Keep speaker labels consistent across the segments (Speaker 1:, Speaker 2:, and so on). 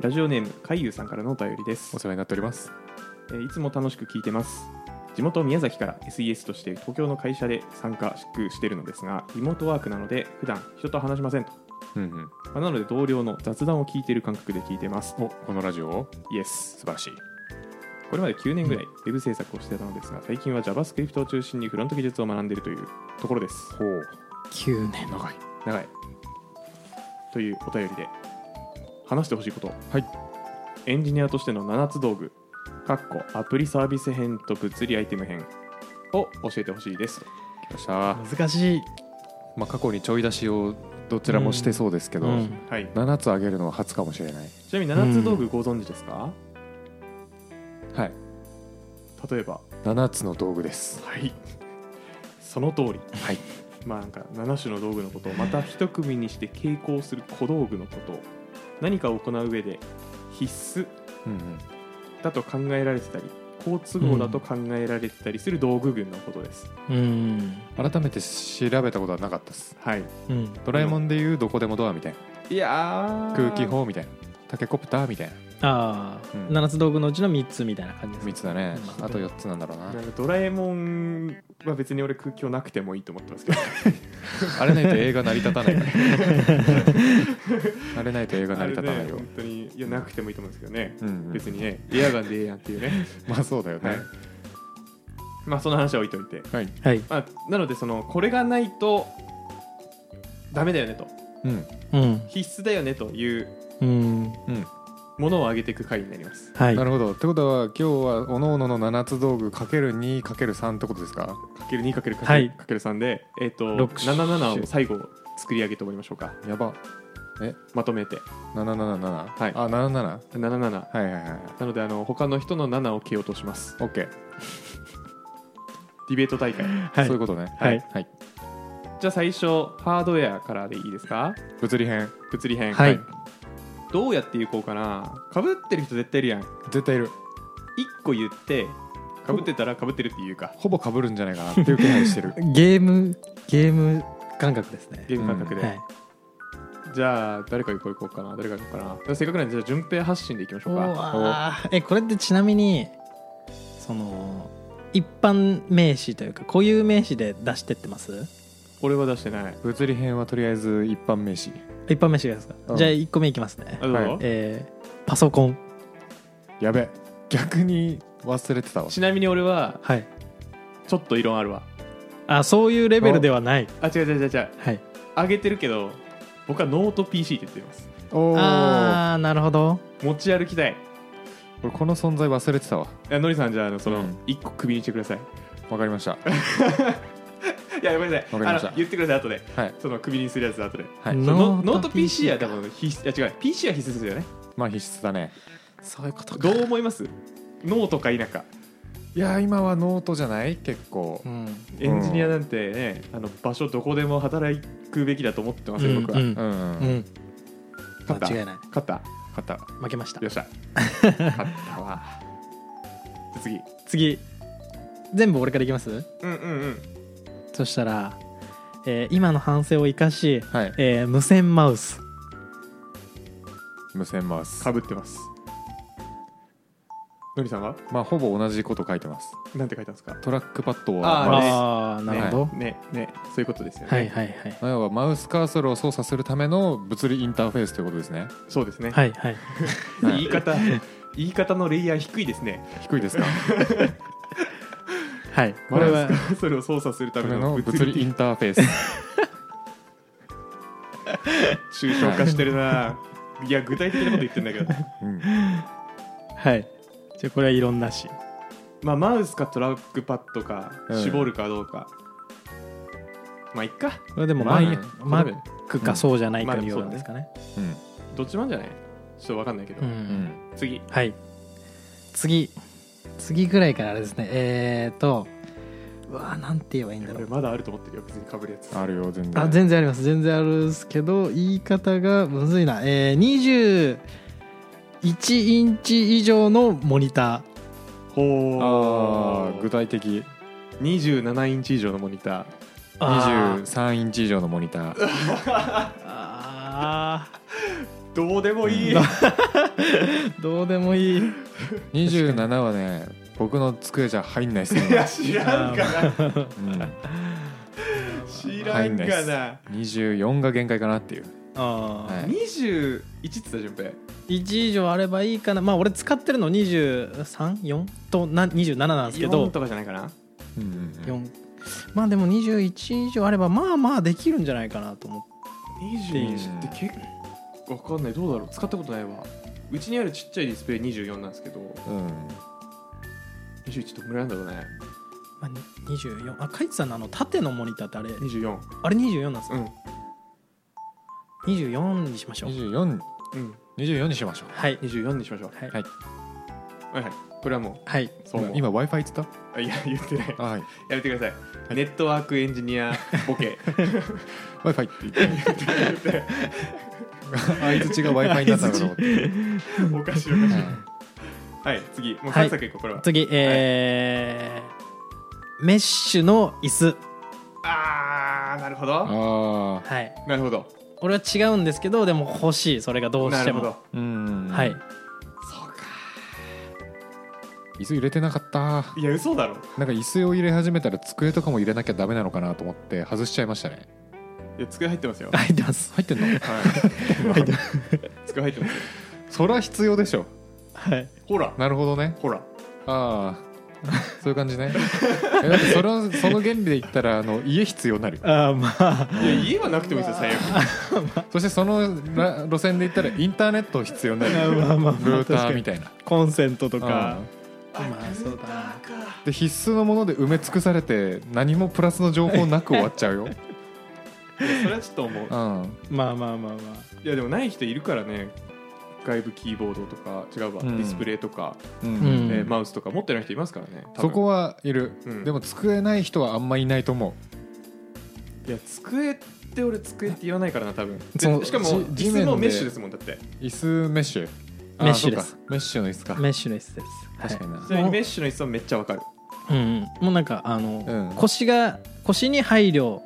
Speaker 1: ラジオネーム海優さんからのお便りです
Speaker 2: お世話になっております
Speaker 1: えーいつも楽しく聞いてます地元宮崎から SES として東京の会社で参加しているのですがリモートワークなので普段人と話しませんと、
Speaker 2: うんうん
Speaker 1: まあなので同僚の雑談を聞いている感覚で聞いてます
Speaker 2: おこのラジオを
Speaker 1: イエス
Speaker 2: 素晴らしい
Speaker 1: これまで9年ぐらい Web 制作をしてたのですが最近は JavaScript を中心にフロント技術を学んでいるというところです
Speaker 2: ほう
Speaker 3: 9年
Speaker 2: 長い
Speaker 1: 長いというお便りで話してほしいこと
Speaker 2: はい
Speaker 1: エンジニアとしての7つ道具かっこアプリサービス編と物理アイテム編を教えてほしいです
Speaker 2: 来ましたま
Speaker 3: 難しい
Speaker 2: あ過去にちょい出しをどちらもしてそうですけ
Speaker 3: け
Speaker 2: ど、
Speaker 1: はい
Speaker 2: 7つあげるのは初かもしれない
Speaker 1: ちなみに7つ道具ご存知ですか、
Speaker 2: はい
Speaker 1: 例えば
Speaker 2: 7つの道具です
Speaker 1: はい その通り
Speaker 2: はい
Speaker 1: まあなんか7種の道具のことをまた一組にして傾向する小道具のことを何かを行う上で必須
Speaker 2: うんうん
Speaker 1: だと考えられてたり好都合だと考えられてたりする道具群のことです、
Speaker 3: うん
Speaker 2: 改めて調べたことはなかったです
Speaker 1: はい
Speaker 3: うん
Speaker 2: ドラえもんでいうどこでもドアみたいない
Speaker 1: や
Speaker 2: 空気砲みたいなタケコプターみたいな
Speaker 3: ああ、
Speaker 2: うん
Speaker 3: 7つ道具のうちの3つみたいな感じです
Speaker 2: 3つだね
Speaker 3: うん
Speaker 2: あと4つなんだろうな
Speaker 1: なんかドラえもんは別に俺空気をなくてもいいと思って ますけど
Speaker 2: あれないと映画成り立たないあれないと映画成り立た
Speaker 1: あ
Speaker 2: な
Speaker 1: れ
Speaker 2: い
Speaker 1: ね
Speaker 2: よ、
Speaker 1: 本当にいやなくてもいいと思うんですけどね、
Speaker 2: うんうん
Speaker 1: 別にねエアガンでええやんっていうね
Speaker 2: まあそうだよ ね
Speaker 1: はいまあその話は置いといて、
Speaker 2: はい、
Speaker 3: はい、
Speaker 1: まあ、なのでそのこれがないとダメだよねと
Speaker 2: うん
Speaker 3: うん
Speaker 1: 必須だよねという
Speaker 3: うん、
Speaker 2: うん
Speaker 1: ものを挙げていく回になります
Speaker 3: はい
Speaker 2: なるほどってことは今日はおのおのの7つ道具かける2かける3ってことですか
Speaker 1: かける2かけるか
Speaker 3: は
Speaker 1: ける
Speaker 3: い
Speaker 1: かける3で、えっと
Speaker 3: 六種
Speaker 1: 77を最後作り上げておりましょうか
Speaker 2: やば
Speaker 1: まとめて
Speaker 2: 777
Speaker 1: はい
Speaker 2: あ七77は
Speaker 1: 77
Speaker 2: いはいはい
Speaker 1: なのであの他の人の7を蹴落とします
Speaker 2: OK、
Speaker 1: ディベート大会
Speaker 3: はい
Speaker 2: そういうことね
Speaker 3: はい
Speaker 2: はい、
Speaker 1: じゃあ最初ハードウェアからでいいですか
Speaker 2: 物理編
Speaker 1: 物理編、
Speaker 3: はい
Speaker 1: どうやっていこうかなかぶってる人絶対いるやん1
Speaker 2: 絶対いる
Speaker 1: 個言ってかぶってたらかぶってるっていうか
Speaker 2: ほぼかぶるんじゃないかなっていう気配してる
Speaker 3: ゲームゲーム感覚ですね
Speaker 1: ゲーム感覚で、
Speaker 3: はい
Speaker 1: じゃあ誰からいこういこうかな誰からいこうかなせっかくなんでじゃあ順平発信でいきましょ
Speaker 3: う
Speaker 1: うか
Speaker 3: わーえこれってちなみにその一般名詞というか固有名詞で出してってます
Speaker 1: 俺は出してない
Speaker 2: 物理編はとりあえず一般名詞
Speaker 3: 一般名詞がですか、
Speaker 2: うん
Speaker 3: じゃあ1個目いきますね
Speaker 1: あどうぞ、
Speaker 2: はい
Speaker 3: えーパソコン
Speaker 2: やべ逆に忘れてたわ
Speaker 1: ちなみに俺は
Speaker 3: はい
Speaker 1: ちょっと異論あるわ
Speaker 3: あそういうレベルではない
Speaker 1: あ違う違う違う違う
Speaker 3: はい
Speaker 1: 上げてるけど僕はノート PC って言ってます
Speaker 2: おお
Speaker 3: ああなるほど
Speaker 1: 持ち歩きたい
Speaker 2: 俺この存在忘れてたわ
Speaker 1: あのりさんじゃああのその
Speaker 2: うん
Speaker 1: 1個首にしてください、
Speaker 2: わかりま した
Speaker 1: いやごめんなさい
Speaker 2: わかりました
Speaker 1: あの言ってください後で
Speaker 2: はい
Speaker 1: その首にするやつ後で
Speaker 2: はい
Speaker 3: うん
Speaker 1: ノノー
Speaker 3: ノー
Speaker 1: ト
Speaker 3: ト
Speaker 1: PC
Speaker 3: PC
Speaker 1: は多分必須いや違う PC は必須ですよね
Speaker 2: まあ必須だね
Speaker 3: そういうこと
Speaker 1: どう思いますノートか否か
Speaker 2: いやー今はノートじゃない結構
Speaker 3: うん
Speaker 1: エンジニアなんてね、あの場所どこでも働くべきだと思ってますよ僕は、
Speaker 3: う
Speaker 2: う
Speaker 3: ん
Speaker 2: ん、うん
Speaker 3: うん
Speaker 1: 勝った
Speaker 3: 間違いない
Speaker 1: 勝ったよ
Speaker 2: 勝った
Speaker 3: 負けました
Speaker 1: っしゃ勝った わで次
Speaker 3: 次全部俺からいきます
Speaker 1: うんうんうん
Speaker 3: そしたら、えー今の反省を生かし、
Speaker 2: はい
Speaker 3: えー無線マウス
Speaker 2: 無線マウス
Speaker 1: かぶってますのりさんは
Speaker 2: まあほぼ同じこと書いてます
Speaker 1: なんて書いたんですか
Speaker 2: トラックパッド
Speaker 1: あーね
Speaker 2: は
Speaker 3: ああなるほど、
Speaker 1: ねねそういうことですよね、
Speaker 3: はいはいはい
Speaker 2: まあ要はマウスカーソルを操作するための物理インターフェースということですね
Speaker 1: そうですね、
Speaker 3: はいはい
Speaker 2: はい
Speaker 1: 言い 方言い方のレイヤー低いですね
Speaker 2: 低いですか
Speaker 3: はいこ
Speaker 1: これ
Speaker 3: れ
Speaker 1: は
Speaker 3: は
Speaker 1: それを操作するた
Speaker 2: そ
Speaker 1: め
Speaker 2: れ
Speaker 1: の
Speaker 2: の
Speaker 1: 物
Speaker 2: 物
Speaker 1: 理
Speaker 2: 理インターフェース
Speaker 1: 抽象化してるな、い、や具体的なこと言ってんだけど
Speaker 2: うん
Speaker 3: はいじゃあこれはいろんなし
Speaker 1: まあマウスかトラックパッドか
Speaker 2: うん
Speaker 1: 絞るかどうか、まあいっか
Speaker 3: これでも
Speaker 2: まあ
Speaker 3: マイ
Speaker 2: ね
Speaker 3: マックかそうじゃないかによるんですかね
Speaker 2: うん
Speaker 1: どっちもあんじゃないちょっとわかんないけど、
Speaker 3: うん、
Speaker 2: うん
Speaker 1: 次
Speaker 3: はい次次ぐらいからあれですねえーとうわーなんて言えばいいんだろ
Speaker 1: 俺
Speaker 3: う
Speaker 1: まだあると思ってるよ別にかぶるやつ
Speaker 2: あるよ全然
Speaker 3: あ全然あります全然あるんですけど言い方がむずいなえー、21インチ以上のモニタ
Speaker 1: ほ
Speaker 2: あー具
Speaker 1: う
Speaker 2: 体的
Speaker 1: 27インチ以上のモニター
Speaker 3: ー
Speaker 2: 23インチ以上のモニター
Speaker 3: あー
Speaker 1: どうでもいい、
Speaker 2: うん
Speaker 3: どうでもいい
Speaker 2: 27はね僕の机じゃ入んないっす
Speaker 1: いや
Speaker 2: ね、
Speaker 1: 知らんかな
Speaker 2: うん、
Speaker 1: 知らんかな
Speaker 2: 24が限界かなっていう
Speaker 3: ああ、
Speaker 2: はい
Speaker 1: 21っつった順平
Speaker 3: 1以上あればいいかなまあ俺使ってるの234とな27なんですけ
Speaker 1: 4
Speaker 3: ど
Speaker 1: とかじゃないかな
Speaker 2: うんうんうん
Speaker 3: 4まあでも21以上あればまあまあできるんじゃないかなと思って
Speaker 1: 21って結構わかんないどうだろう使ったことないわうちにあるちっちゃいディスプレイ24なんですけど
Speaker 2: うん
Speaker 1: 21どんぐらいなんだろうね
Speaker 3: まあ、に24あカイツさんのあの縦のモニターってあれ
Speaker 1: 24
Speaker 3: あれ24なんです
Speaker 1: う
Speaker 3: か、
Speaker 1: ん
Speaker 3: 24にしましょう
Speaker 2: 24
Speaker 1: うん
Speaker 2: 24にしましょう
Speaker 3: はい
Speaker 1: 24にしましょう
Speaker 3: はい
Speaker 2: はい
Speaker 1: はいはいこれはも
Speaker 3: はい、
Speaker 1: うそう思う
Speaker 2: 今 w i f i 言って
Speaker 1: あいや言ってない
Speaker 2: たあはい
Speaker 1: やめてください、ネットワークエンジニアボケ
Speaker 2: w i f i って言って 相づちが w i f i になったのかと思って
Speaker 1: おかしいおかしい
Speaker 2: はい
Speaker 1: はい次もう
Speaker 3: は
Speaker 1: 3
Speaker 3: い
Speaker 1: 作いこうこれは、
Speaker 3: 次えーメッシュの椅子
Speaker 1: あーなるほど
Speaker 2: ああ
Speaker 3: はい
Speaker 1: なるほど
Speaker 3: 俺は違うんですけどでも欲しいそれがどう
Speaker 1: な
Speaker 3: して
Speaker 1: るほ
Speaker 3: も
Speaker 1: ど
Speaker 2: うん
Speaker 3: はい
Speaker 1: そうか
Speaker 2: 椅子入れてなかった
Speaker 1: いや嘘だろ
Speaker 2: なんか椅子を入れ始めたら机とかも入れなきゃダメなのかなと思って外しちゃいましたね
Speaker 1: いや机入ってますよ
Speaker 3: 入ってます
Speaker 2: 入ってん の
Speaker 1: はい机入ってますよ
Speaker 2: そら必要でしょ
Speaker 3: はい
Speaker 1: ほら
Speaker 2: なるほどね
Speaker 1: ほら
Speaker 2: ああそういう感じねえだってそれはその原理で言ったらあの家必要になるよ
Speaker 3: あーま あ
Speaker 1: いや家はなくてもいいですよ最悪
Speaker 2: そしてそのら路線で言ったらインターネット必要になる
Speaker 3: あまあまあまあ
Speaker 2: ルータ
Speaker 3: 確か
Speaker 2: ー
Speaker 3: に
Speaker 2: みたいな
Speaker 3: コンセントと
Speaker 2: う
Speaker 3: か
Speaker 2: ん
Speaker 3: まあそうだな
Speaker 2: で必須のもので埋め尽くされて何もプラスの情報なく終わっちゃうよ、
Speaker 1: いやそれはちょっと思う
Speaker 2: うん、
Speaker 3: まあまあまあま
Speaker 1: いやでもない人いるからね外部キーボードとか違うわ、
Speaker 2: うん
Speaker 1: ディスプレイとか、
Speaker 2: うん
Speaker 3: うん
Speaker 1: えーマウスとか持ってない人いますからね多分
Speaker 2: そこはいる、
Speaker 1: うん
Speaker 2: でも机ない人はあんまいないと思
Speaker 1: いや机って俺机って言わないからな多分で
Speaker 2: その
Speaker 1: しかも
Speaker 2: じ
Speaker 1: 椅
Speaker 2: 地
Speaker 1: 子
Speaker 2: 面
Speaker 1: も
Speaker 2: で
Speaker 1: メッシュですもんだって
Speaker 2: う椅子メッシュあ
Speaker 3: メッシ
Speaker 2: そ
Speaker 3: ュ
Speaker 2: うか
Speaker 3: です
Speaker 2: メッシュの椅子か
Speaker 3: あメッシュの椅子です
Speaker 2: 確かにな、
Speaker 1: ちなみにメッシュの椅子はめっちゃわかる
Speaker 3: はい、うんうんもうなんかあの、
Speaker 2: うん
Speaker 3: 腰が腰に配慮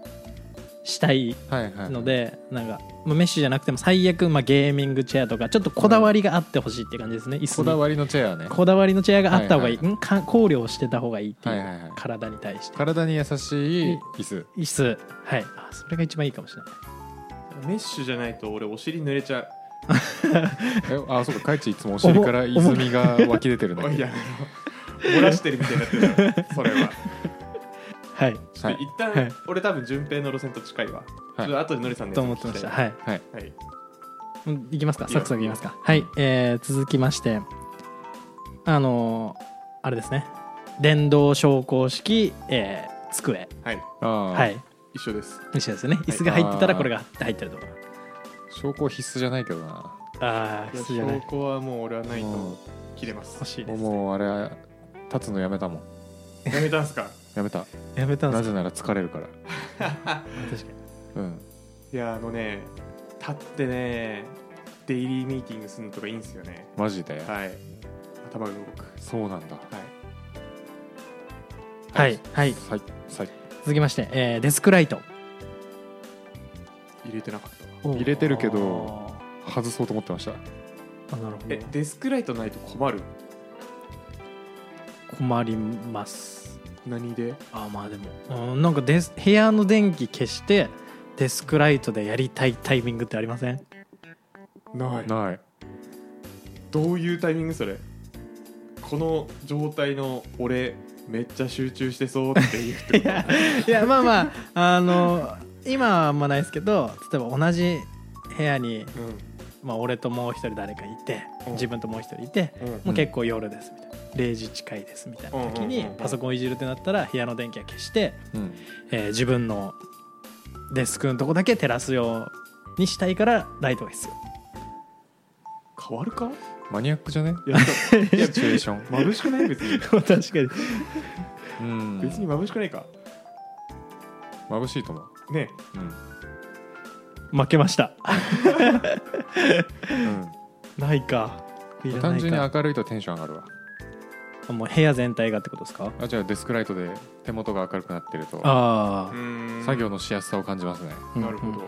Speaker 3: したい
Speaker 2: はいはい
Speaker 3: ので、なんか、まあ、メッシュじゃなくても最悪、まあ、ゲーミングチェアとかちょっとこだわりがあってほしいって感じですね、椅子
Speaker 2: こだ
Speaker 3: に
Speaker 2: わりのチェアね
Speaker 3: こだわりのチェアがあった方がいい,ん、
Speaker 2: はいは
Speaker 3: か考慮をしてた方がいいっていう、
Speaker 2: はいはいはい
Speaker 3: 体に対して
Speaker 2: 体に優しい椅子
Speaker 3: 椅子はいあそれが一番いいかもしれない
Speaker 1: メッシュじゃないと俺お尻濡れちゃ
Speaker 2: えあそうかかいちいつもお尻から泉が湧き出てるんだ
Speaker 1: う
Speaker 2: け
Speaker 1: い
Speaker 2: ど
Speaker 1: や漏らしてるみたいになってるからそれは
Speaker 3: はい
Speaker 1: ちょっと一旦、
Speaker 3: はい
Speaker 1: 俺多分順平の路線と近いわ、ちょっと後でのりさんの
Speaker 3: と思
Speaker 1: や
Speaker 3: っ
Speaker 1: つ
Speaker 3: て
Speaker 1: も
Speaker 3: ま
Speaker 1: 聞き
Speaker 3: した
Speaker 1: い
Speaker 3: はい
Speaker 2: はい
Speaker 1: はい、
Speaker 3: うんいきますか
Speaker 1: いいよ
Speaker 3: サクサクいきますかはい、えー続きましてあのーあれですね電動昇降式、えー机
Speaker 1: はい、
Speaker 2: ああ、
Speaker 3: はい
Speaker 1: 一緒です
Speaker 3: 一緒ですよね椅子が入ってたらこれが入ってるとか
Speaker 2: 証拠必須じゃないけどな
Speaker 3: ああー
Speaker 1: いや
Speaker 3: 椅子じゃない
Speaker 1: 証拠はもう俺はない
Speaker 2: うん
Speaker 1: と切れます
Speaker 3: 欲しいです
Speaker 2: もうあれ立つのやめたもん
Speaker 1: やめたんすか
Speaker 2: やめた
Speaker 3: やめたんで
Speaker 2: な
Speaker 3: すか
Speaker 2: ぜなら疲れるから
Speaker 3: 確かに
Speaker 2: うん
Speaker 1: いやあのね立ってねデイリーミーティングするのとかいいんですよね
Speaker 2: マジで、
Speaker 1: はい頭が動く
Speaker 2: そうなんだ
Speaker 1: はい
Speaker 3: はい、はい、
Speaker 2: はいはい
Speaker 3: 続きまして、えーデスクライト
Speaker 1: 入れてなかったわ
Speaker 2: 入れてるけど外そうと思ってました
Speaker 3: あなるほど
Speaker 1: えデスクライトないと困る
Speaker 3: 困ります
Speaker 1: 何で
Speaker 3: あーまあでも、うん、なんかデス部屋の電気消してデスクライトでやりたいタイミングってありません
Speaker 1: な
Speaker 2: ない
Speaker 1: どういうタイミングそれこの状態の俺めっちゃ集中してそうっていう 人
Speaker 3: いやいやまあまああの今はあんまないですけど例えば同じ部屋に、まあ、俺ともう一人誰かいて
Speaker 1: うん
Speaker 3: 自分ともう一人いて
Speaker 1: うんうん
Speaker 3: もう結構夜ですみたいな0時近いですみたいな時
Speaker 1: うん
Speaker 3: に
Speaker 1: うんうんうん
Speaker 3: パソコンいじるってなったら部屋の電気は消して、
Speaker 2: うん
Speaker 3: えー自分のデスクのとこだけ照らすようにしたいからライトが必
Speaker 1: 変わるか
Speaker 2: マニアックじゃね
Speaker 1: いやそういや
Speaker 2: シチュエーション
Speaker 1: 眩しく ない別に
Speaker 3: 要 確かに
Speaker 2: うん
Speaker 1: 別に眩しくないか
Speaker 2: 眩しいと思う
Speaker 1: ね
Speaker 2: うん、
Speaker 3: 負けました
Speaker 2: うん
Speaker 3: ないかいらな
Speaker 2: 単
Speaker 3: い
Speaker 2: 純に
Speaker 3: か
Speaker 2: 明るいとテンション上がるわ
Speaker 3: もう部屋全体がってことですか
Speaker 2: あじゃあデスクライトで手元が明るくなってると
Speaker 3: あ
Speaker 1: う
Speaker 3: あ
Speaker 1: ーん
Speaker 2: 作業のしやすさを感じますね
Speaker 1: なるほど
Speaker 2: う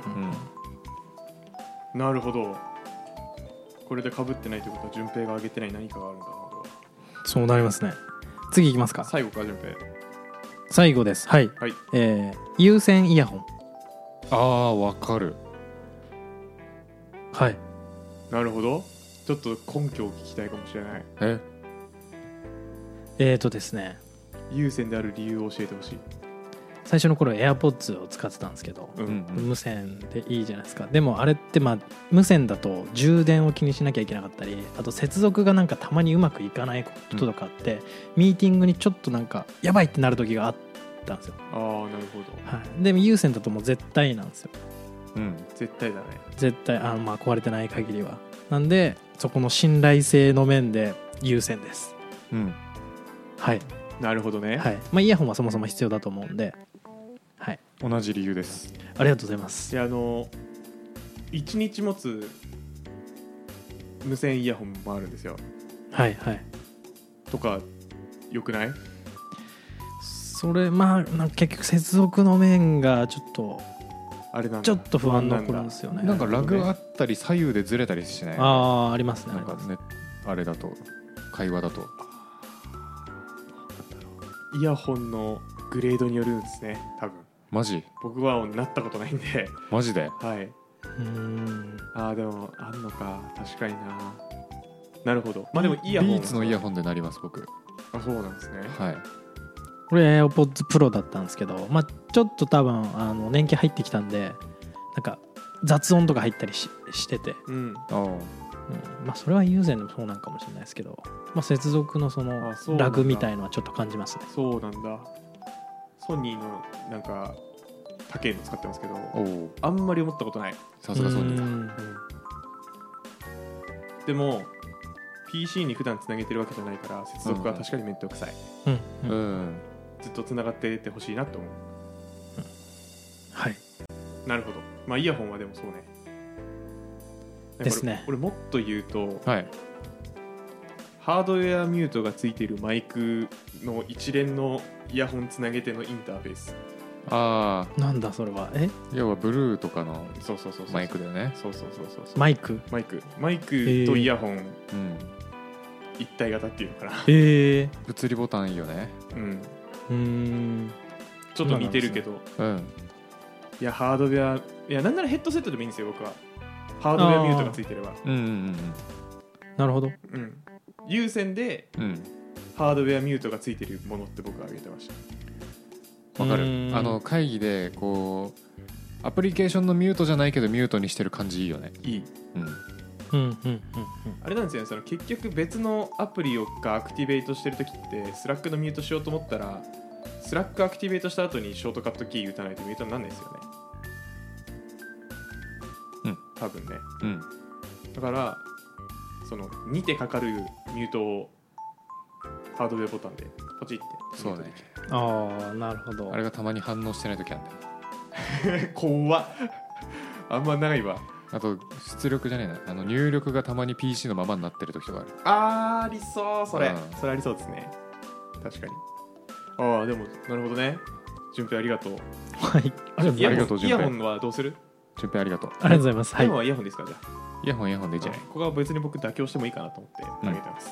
Speaker 2: ん
Speaker 1: なるほどこれでかぶってないということは順平が上げてない何かがあるんだなと
Speaker 3: そうなりますね次いきますか
Speaker 1: 最後か順平
Speaker 3: 最後ですはい、
Speaker 1: はい
Speaker 3: えー有線イヤホン
Speaker 2: ああわかる
Speaker 3: はい
Speaker 1: なるほどちょっと根拠を聞きたいかもしれない
Speaker 2: え
Speaker 3: えーとですね
Speaker 1: 優先である理由を教えてほしい
Speaker 3: 最初の頃 AirPods を使ってたんですけど、
Speaker 1: う
Speaker 2: うん
Speaker 1: ん
Speaker 3: 無線でいいじゃないですかでもあれってまあ無線だと充電を気にしなきゃいけなかったりあと接続がなんかたまにうまくいかないこととかあって、ミーティングにちょっとなんかやばいってなる時があったんですよ、
Speaker 1: ああなるほど
Speaker 3: はい、でも有線だともう絶対なんですよ
Speaker 2: うん
Speaker 1: 絶対だね
Speaker 3: 絶対あのまあ壊れてない限りはなんでそこの信頼性の面で優先です
Speaker 2: うん
Speaker 3: はい、
Speaker 1: なるほどね、
Speaker 3: はいまあ、イヤホンはそもそも必要だと思うんで、はい、
Speaker 2: 同じ理由です
Speaker 3: ありがとうございます
Speaker 1: であの1日持つ無線イヤホンもあるんですよ
Speaker 3: はいはい
Speaker 1: とかよくない
Speaker 3: それまあなんか結局接続の面がちょっと
Speaker 1: あれなんだ
Speaker 3: ちょっと不安なと
Speaker 1: 不
Speaker 3: ころ
Speaker 1: 安
Speaker 3: で
Speaker 1: なんだ
Speaker 3: すよね
Speaker 2: なんかラグあったり左右でずれたりしない
Speaker 3: ああありますね
Speaker 2: なんかねあれだと会話だと
Speaker 1: イヤホンのグレードによるんですね多分
Speaker 2: マジ
Speaker 1: 僕はなったことないんで
Speaker 2: マジで
Speaker 1: はい
Speaker 3: うん
Speaker 1: ああでもあんのか確かにななるほどまあでもイヤホン
Speaker 2: ビーツのイヤホンでなります僕
Speaker 1: あそうなんですね
Speaker 2: はい
Speaker 3: これ AirPods Pro だったんですけど、まあ、ちょっと多分あの年季入ってきたんでなんか雑音とか入ったりししてて
Speaker 1: うん
Speaker 2: あ
Speaker 3: うんまあ、それは友禅でもそうなんかもしれないですけど、まあ、接続のその
Speaker 1: あそうなんだ
Speaker 3: ラグみたいのはちょっと感じますね
Speaker 1: そうなんだソニーのなんか高いの使ってますけど
Speaker 2: おお
Speaker 1: あんまり思ったことない、
Speaker 2: さすがソニー
Speaker 3: うん
Speaker 1: でも PC に普段つなげてるわけじゃないから接続は確かに面倒くさい、
Speaker 3: うん
Speaker 2: う
Speaker 3: うん
Speaker 2: ん
Speaker 1: ずっとつながっててほしいなと思う
Speaker 3: はい
Speaker 1: なるほどまあイヤホンはでもそうね
Speaker 3: ですね
Speaker 1: これもっと言うと
Speaker 2: はい
Speaker 1: ハードウェアミュートがついているマイクの一連のイヤホンつなげてのインターフェース
Speaker 2: ああ
Speaker 3: なんだそれはえ
Speaker 2: 要はブルーとかの
Speaker 1: そうそうそうそう
Speaker 2: マイクだよね
Speaker 1: そうそうそうそうそう
Speaker 3: マイク
Speaker 1: マイクマイクとイヤホン
Speaker 2: うん
Speaker 1: 一体型っていうのかな、
Speaker 3: ええ
Speaker 2: 物理ボタンいいよね
Speaker 1: うん、
Speaker 3: うーん
Speaker 1: ちょっと似てるけど、
Speaker 2: うん
Speaker 1: いやハードウェアいやなんならヘッドセットでもいいんですよ僕はハードウェアミュートがついてれば
Speaker 2: うんうん
Speaker 3: なるほど
Speaker 1: うん有線で
Speaker 2: うんうん
Speaker 1: ハードウェアミュートがついてるものって僕は挙げてました
Speaker 2: わかる
Speaker 3: うん
Speaker 2: あの会議でこうアプリケーションのミュートじゃないけどミュートにしてる感じいいよね
Speaker 1: いい
Speaker 2: うん
Speaker 3: うんうんうん
Speaker 1: あれなんですよねその結局別のアプリをがアクティベートしてる時ってスラックのミュートしようと思ったらスラックアクティベートした後にショートカットキー打たないとミュートにならないですよね
Speaker 2: うん
Speaker 1: 多分ね
Speaker 2: うん
Speaker 1: だからその2手かかるミュートをハードウェアボタンでポチって
Speaker 2: そうね
Speaker 3: うんああなるほど
Speaker 2: あれがたまに反応してない時あるんだよ
Speaker 1: 怖っあんまないわ
Speaker 2: あと出力じゃねえなあの入力がたまに PC のままになってる時とかある
Speaker 1: あーありそうそれ、
Speaker 2: うん
Speaker 1: それありそうですね確かにああでもなるほどね順平ありがとう
Speaker 3: はいありがとうご
Speaker 1: イ
Speaker 3: ざ
Speaker 1: ヤホ
Speaker 2: あ
Speaker 3: い
Speaker 1: ン
Speaker 2: りが
Speaker 3: ます
Speaker 2: とう
Speaker 1: イ
Speaker 2: 順
Speaker 1: ヤ
Speaker 2: 平
Speaker 1: ホンはどうする、
Speaker 2: 順平ありがとう
Speaker 3: ありがとうございます
Speaker 1: イ
Speaker 3: はい
Speaker 1: ヤホンはイヤホンですかじゃあ
Speaker 2: イヤホンイヤホンでいい
Speaker 1: じ
Speaker 2: じ
Speaker 1: ゃ
Speaker 2: ゃ
Speaker 1: あ
Speaker 2: ない
Speaker 1: ここは別に僕妥協してもいいかなと思ってあげてます、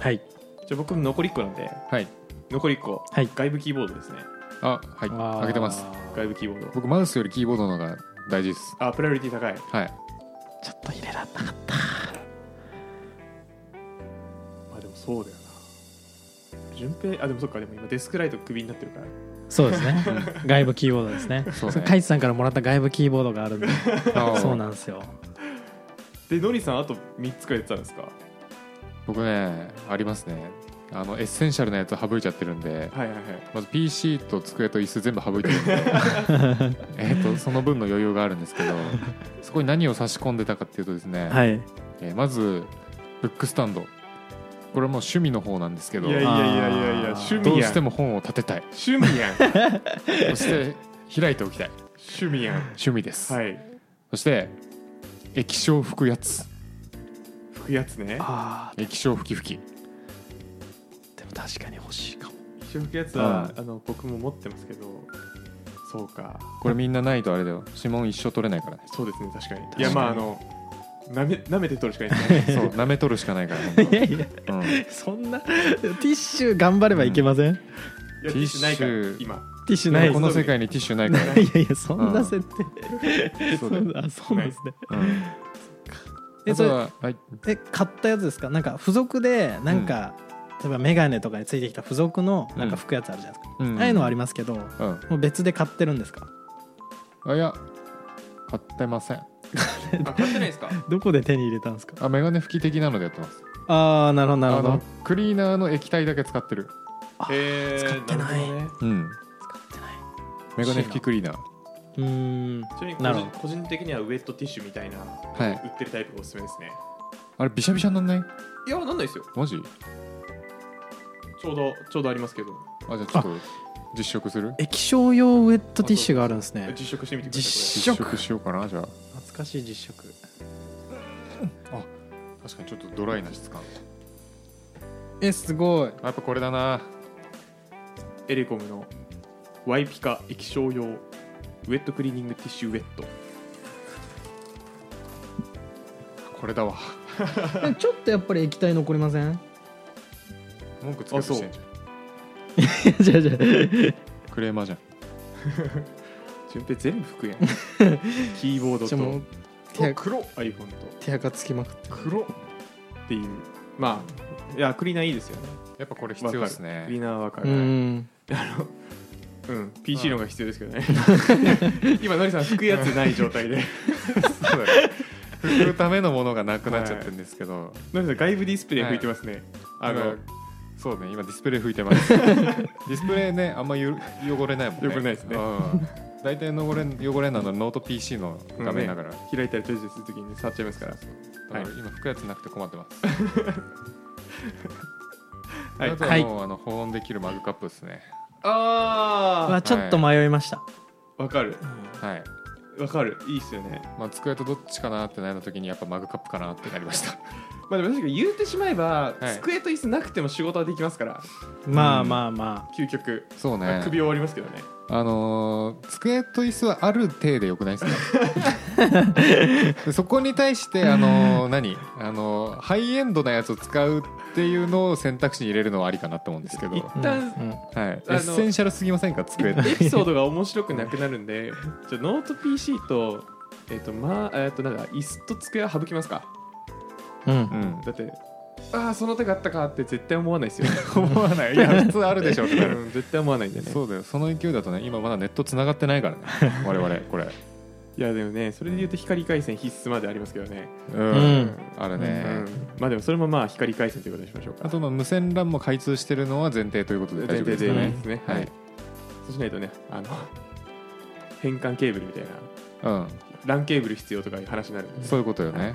Speaker 3: はい
Speaker 1: じゃあ僕残り1個なんで
Speaker 2: はい
Speaker 1: 残り1個、
Speaker 3: はい
Speaker 1: 外部キーボードですね
Speaker 2: あはいあげてます
Speaker 3: あー
Speaker 1: 外部キーボード
Speaker 2: 僕マウスよりキーボードの方が大事です
Speaker 1: あプライオリティ高い
Speaker 2: はい
Speaker 3: ちょっと入れられなかっ
Speaker 1: まあでもそうだよな順平あでもそっかでも今デスクライトクビになってるから
Speaker 3: たそうです ね外部キーボードです ね
Speaker 2: そうね
Speaker 3: カイツさんからもらった外部キーボードがあるんでそうなんんですよ
Speaker 1: でノリさんあと3つくらいやってたんですか
Speaker 2: 僕ねありますねあのエッセンシャルなやつ省いちゃってるんで
Speaker 1: はいはいはい
Speaker 2: まず PC と机と椅子全部省いてる んでえーとその分の余裕があるんですけどそこに何を差し込んでたかっていうとですね、
Speaker 3: はい
Speaker 2: えーまずブックスタンドこれはもう趣味の方なんですけど
Speaker 1: いやいやいやいやいや
Speaker 3: あ
Speaker 1: 趣
Speaker 3: ー
Speaker 1: 味やん
Speaker 2: どうしても本を立てたい
Speaker 1: 趣味やん
Speaker 2: そして開いておきたい
Speaker 1: 趣味やん
Speaker 2: 趣味です、
Speaker 1: はい
Speaker 2: そして液晶拭くやつ
Speaker 1: 拭くやつね
Speaker 3: ああ
Speaker 2: 液晶拭き拭き
Speaker 3: でも確かに欲しいかも
Speaker 1: 一応拭くやつはあの僕も持ってますけどそうか
Speaker 2: これみんなないとあれだよ指紋一生取れないからね
Speaker 1: そうですね確かに
Speaker 3: か
Speaker 1: い
Speaker 3: に
Speaker 1: やまああのなめ舐めて取るしかないですね
Speaker 2: そう舐めとるしかないから本当
Speaker 3: いやいや
Speaker 2: うん
Speaker 3: そんなティッシュ頑張ればいけません、テ
Speaker 1: いやティッシュないから今
Speaker 3: ィッシュない
Speaker 2: この
Speaker 3: い
Speaker 2: 世界にティッシュ ないか
Speaker 3: や いやそんな設定、
Speaker 2: らそうだよ、
Speaker 3: あそうなんですね
Speaker 2: うん、
Speaker 3: え
Speaker 2: あ
Speaker 3: そ
Speaker 2: と
Speaker 3: れ
Speaker 2: ははい
Speaker 3: え買ったやつですかなんか付属でなんか、例えば眼鏡とかについてきた付属のなんか拭くやつあるじゃないですか、
Speaker 2: うん
Speaker 3: ああいうのはありますけども
Speaker 2: うん
Speaker 3: う別で買ってるんですか
Speaker 2: あいや買ってません
Speaker 1: あ買ってないですか
Speaker 3: どこで手に入れたんですか
Speaker 2: あメガネ拭き的なのでやってます
Speaker 3: ああなるほどなる
Speaker 2: あ
Speaker 3: ほど
Speaker 2: のクリーナーの液体だけ使ってる
Speaker 3: あ
Speaker 1: へー
Speaker 3: 使ってない
Speaker 1: るほどね
Speaker 2: うん
Speaker 3: 使ってない
Speaker 2: メガネ拭きクリーナー
Speaker 3: うーん
Speaker 1: ちなみに
Speaker 3: な
Speaker 1: 個
Speaker 3: るほ
Speaker 1: 人個人的にはウェットティッシュみたいな
Speaker 2: はい
Speaker 1: 売ってるタイプがおすすめですね
Speaker 2: あれびしゃびしゃになんない
Speaker 1: いやなんないですよ
Speaker 2: マジ
Speaker 1: ちょうどちょうどありますけど
Speaker 2: あじゃあちょっと実食する
Speaker 3: 液晶用ウェットティッシュがあるんですね
Speaker 1: 実食してみてくだ
Speaker 3: 実
Speaker 1: さ
Speaker 2: 実
Speaker 3: 食
Speaker 2: 食しようかなじゃあ
Speaker 3: 懐かしい実食
Speaker 2: 確かにちょっとドライな質感
Speaker 3: えすごい
Speaker 2: あやっぱこれだない
Speaker 1: これエレコムのワイピカ液晶用ウェットクリーニングティッシュウェット
Speaker 2: これだわ
Speaker 3: ちょっとやっぱり液体残りません
Speaker 2: 文句つけようとしてんじゃ
Speaker 3: じゃあじゃあ
Speaker 2: んクレーマーじゃん
Speaker 1: 順平全部服やん キーボード
Speaker 3: じゃあもう
Speaker 1: と
Speaker 3: 手
Speaker 1: 黒 iPhone と
Speaker 3: 手垢つきまくって
Speaker 1: 黒っていうまあいやクリーナーいいですよね
Speaker 2: やっぱこれ必要です
Speaker 1: わかるクリーナ
Speaker 2: ね
Speaker 1: ーはわか
Speaker 3: う
Speaker 1: る、
Speaker 3: ん
Speaker 1: うん PC のが必要ですけどね 今のりさん拭くやつない状態で
Speaker 2: そうだね拭くためのものがなくなっちゃってるんですけど、
Speaker 1: のりさん外部ディスプレイ拭いてますね、
Speaker 2: あ
Speaker 1: あの
Speaker 2: のそうね今ディスプレイ拭いてます ディスプレイねあんまゆ汚れないもんね
Speaker 1: 汚れないですね
Speaker 2: うん大体汚れ汚れなのはノート PC の画面だから、
Speaker 1: 開いたり閉じたりするときに触っちゃいますから
Speaker 2: だから今拭くやつなくて困ってます、
Speaker 1: はい
Speaker 2: あとはもう、あの保温できるマグカップですね
Speaker 1: あ
Speaker 3: わちょっと迷いました、
Speaker 1: あわかる
Speaker 2: はい、
Speaker 1: わかるいいっすよね
Speaker 2: まあ、机とどっちかなって悩んだ時にやっぱマグカップかなってなりました
Speaker 1: まあでも確かに言うてしまえば、
Speaker 2: はい
Speaker 1: 机と椅子なくても仕事はできますから
Speaker 3: まあまあま
Speaker 1: 究極、
Speaker 2: そう
Speaker 1: まあ
Speaker 2: ね
Speaker 1: 首を折りますけどね
Speaker 2: あのー机と椅子はある体でよくないですかでそこに対して、あのー何、あのーハイエンドなやつを使うっていうのを選択肢に入れるのはありかなと思うんですけど、
Speaker 1: 一
Speaker 2: は
Speaker 3: あ、
Speaker 1: 旦、
Speaker 3: うんうん
Speaker 2: い、エッセンシャルすぎませんか机って
Speaker 1: エピソードが面白くなくなるん でじゃあノート PC とえっ、とまあえっ、となんか椅子と机は省きますか
Speaker 3: うん
Speaker 2: うん、
Speaker 1: だってああその手があったかって絶対思わないですよ、
Speaker 2: 思 わないいや 普通あるでしょってなる
Speaker 1: うん、絶対思わないんでね
Speaker 2: そうだよその勢いだとね今まだネット繋がってないからね我々これ
Speaker 1: いやでもねそれで言うと光回線必須までありますけどね、
Speaker 2: うん、
Speaker 3: うん
Speaker 2: ある
Speaker 1: う
Speaker 2: ね、
Speaker 1: ん、まあでもそれもまあ光回線ということにしましょうか
Speaker 2: あとまあ無線 LAN も開通してるのは前提ということで大丈夫ですか
Speaker 3: 前
Speaker 2: ね
Speaker 3: 提
Speaker 1: ですね、
Speaker 2: は
Speaker 1: はいい、そうしないとねあの 変換ケーブルみたいな
Speaker 2: うん、
Speaker 1: ランケーブル必要とかいう話になるんで
Speaker 2: そういうことよね、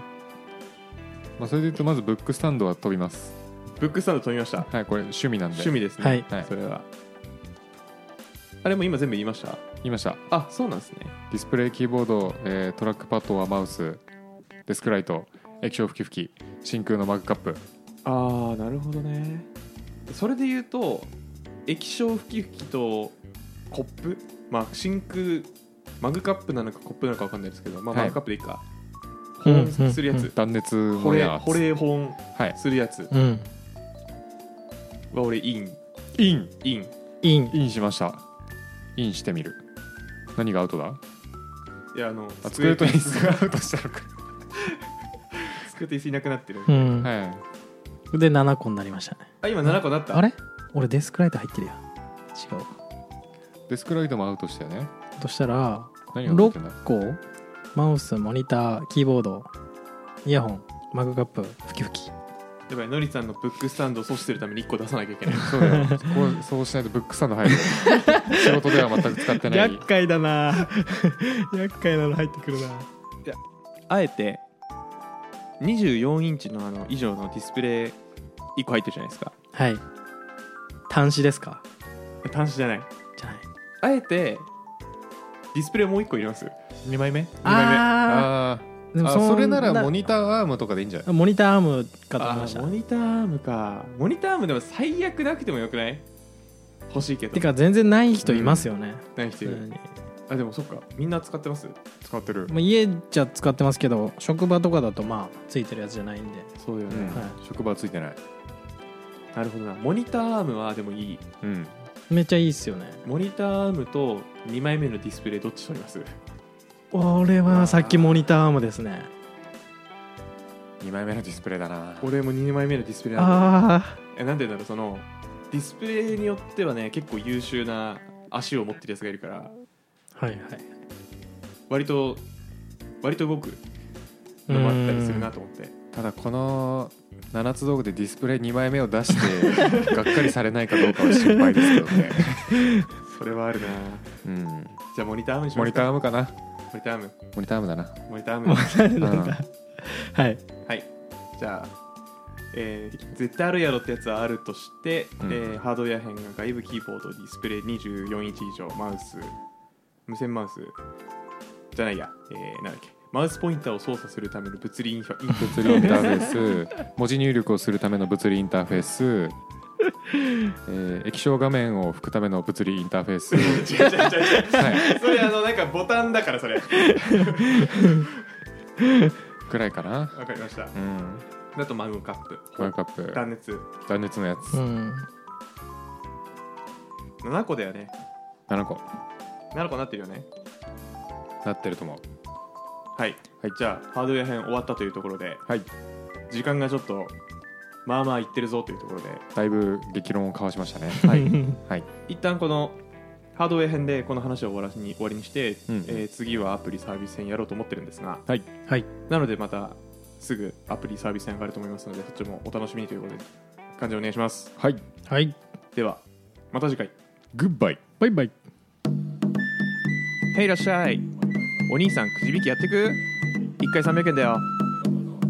Speaker 2: まあ、それで言うとまずブックスタンドは飛びます
Speaker 1: ブックスタンド飛びました
Speaker 2: はいこれ趣味なんで
Speaker 1: 趣味ですね、
Speaker 3: はい
Speaker 2: はい
Speaker 1: それはあれも今全部言いました
Speaker 2: 言いました
Speaker 1: あそうなんですね
Speaker 2: ディスプレイキーボード、えートラックパッドはマウスデスクライト液晶吹き吹き真空のマグカップ
Speaker 1: ああなるほどねそれで言うと液晶吹き吹きとコップまあ真空マグカップなのかコップなのか分かんないですけど、まあ、
Speaker 2: は
Speaker 1: マ
Speaker 2: い
Speaker 1: グカップでいいか、
Speaker 3: うん
Speaker 1: 保温するや
Speaker 3: うんう
Speaker 1: つ、
Speaker 2: 断熱
Speaker 1: 保
Speaker 2: も
Speaker 1: 冷
Speaker 2: や
Speaker 1: 保冷保温
Speaker 2: はい
Speaker 1: するやつは
Speaker 3: うん
Speaker 1: 俺イン
Speaker 2: イン
Speaker 1: イン
Speaker 3: イン
Speaker 2: インしましたインしてみる何がアウトだ
Speaker 1: いやあの
Speaker 2: あ机と
Speaker 1: 机
Speaker 2: 椅子がアウトしたのか
Speaker 1: 机と椅子いなくなってる、
Speaker 3: うん、
Speaker 2: はい
Speaker 3: で7個になりましたね
Speaker 1: あ今7個なった
Speaker 3: あれ俺デスクライト入ってるやん違う
Speaker 2: デスクライトもアウトしたよね
Speaker 3: としたら
Speaker 2: 何がアウトってんだ
Speaker 3: 6個マウスモニターキーボードイヤホンマグカップふきふき
Speaker 1: やばいのりさんのブックスタンドを阻止するために1個出さなきゃいけない
Speaker 2: そうだよこうそうしないとブックスタンド入る よ仕事では全く使ってない
Speaker 3: 介だな 厄介なの入ってくるな
Speaker 1: あえて24インチのあの以上のディスプレイ1個入ってるじゃないですか
Speaker 3: はい端子ですか
Speaker 1: 端子じゃない
Speaker 3: じゃない
Speaker 1: あえてディスプレイもう1個入れます
Speaker 2: 2枚目2枚目
Speaker 3: あ
Speaker 2: あ
Speaker 3: で
Speaker 2: ーあそれならモ
Speaker 3: ニ
Speaker 2: ニターアームとかでいいんじゃない
Speaker 3: モニターアームかと思い
Speaker 1: あ
Speaker 3: まし
Speaker 1: ー
Speaker 3: た
Speaker 1: モニターアームかモニターアームでも最悪なくてもよくない欲しいけど
Speaker 3: てか全然ない人いますよね、
Speaker 1: ない人い
Speaker 3: 普通
Speaker 1: る
Speaker 3: に
Speaker 1: あでもそっかみんな使ってます
Speaker 2: 使ってる
Speaker 3: まあ、家じゃ使ってますけど職場とかだとまあついてるやつじゃないんで
Speaker 1: そうだよ
Speaker 2: うん
Speaker 1: ね、
Speaker 3: は
Speaker 2: 職場はついてない
Speaker 1: なるほどなモニターアームはでもいい
Speaker 2: うん
Speaker 3: めっちゃいいっすよね
Speaker 1: モニターアームと2枚目のディスプレイどっち取ります
Speaker 3: 俺はさっきモニターアームですね
Speaker 2: 2枚目のディスプレイだな
Speaker 1: 俺も2枚目のディスプレイなんだよ
Speaker 3: あ
Speaker 1: えなんでだろうそのディスプレイによってはね結構優秀な足を持ってるやつがいるから
Speaker 3: あはいはい
Speaker 1: 割と割と動くのもあったりするなと思って
Speaker 2: ただこの7つ道具でディスプレイ2枚目を出して がっかりされないかどうかは心配ですけど ね、
Speaker 1: それはあるな
Speaker 2: うん、
Speaker 1: じゃあモニターアームにし
Speaker 2: モ
Speaker 1: ま
Speaker 2: ニ
Speaker 1: す
Speaker 2: ターア
Speaker 1: か
Speaker 2: ームかな
Speaker 1: モニターアーム
Speaker 2: モニターアームだな
Speaker 1: モニターアーム
Speaker 3: うんなんかはい
Speaker 1: はいじゃあえー絶対あるやろってやつはあるとして、
Speaker 2: うん
Speaker 1: えーハードウェア編が外部キーボードディスプレイ24インチ以上マウス無線マウスじゃないや、えーなんだっけマウスポインターを操作するための物理インファインフ
Speaker 2: 物理インターフ ェース文字入力をするための物理インターフェース、えー液晶画面を拭くための物理インターフェー ス、
Speaker 1: 違う違う違う違う
Speaker 2: は
Speaker 1: それあのなんかボタンだからそれ わ
Speaker 2: い、くらいかな、
Speaker 1: かりました
Speaker 2: うん、
Speaker 1: だとマグカップ
Speaker 2: ワンカップ
Speaker 1: 断熱
Speaker 2: 断熱のやつ、
Speaker 3: うん
Speaker 1: 7個だよね
Speaker 2: 7個
Speaker 1: 7個なってるよね
Speaker 2: なってると思う
Speaker 1: はい、
Speaker 2: はい
Speaker 1: じゃあハードウェア編終わったというところで
Speaker 2: はい
Speaker 1: 時間がちょっとまあまあいってるぞというところで
Speaker 2: だいぶ激論を交わしましたね
Speaker 1: はい
Speaker 2: はい
Speaker 1: 一旦このハードウェア編でこの話を終わらしに終わりにして、
Speaker 2: うん
Speaker 1: えー次はアプリサービス編やろうと思ってるんですが
Speaker 3: はい
Speaker 1: なのでまたすぐアプリサービス編上がると思いますのでそっちもお楽しみにということで感じお願いします
Speaker 2: はい
Speaker 3: はい
Speaker 1: ではまた次回
Speaker 2: グッバイ
Speaker 3: バイバイ
Speaker 1: へいいらっしゃいお兄さんくじ引きやってく1回300円だよ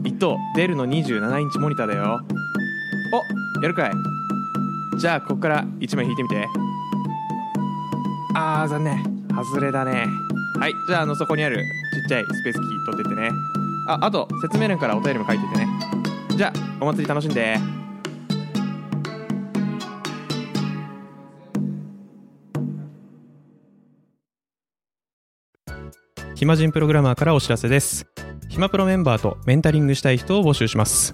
Speaker 1: 1等デルの27インチモニターだよおやるかいじゃあここから1枚引いてみてあー残念外れだねはいじゃああのそこにあるちっちゃいスペースキー取ってってねああと説明欄からお便りも書いてってねじゃあお祭り楽しんで暇人プログラマーからお知らせです暇プロメンバーとメンタリングしたい人を募集します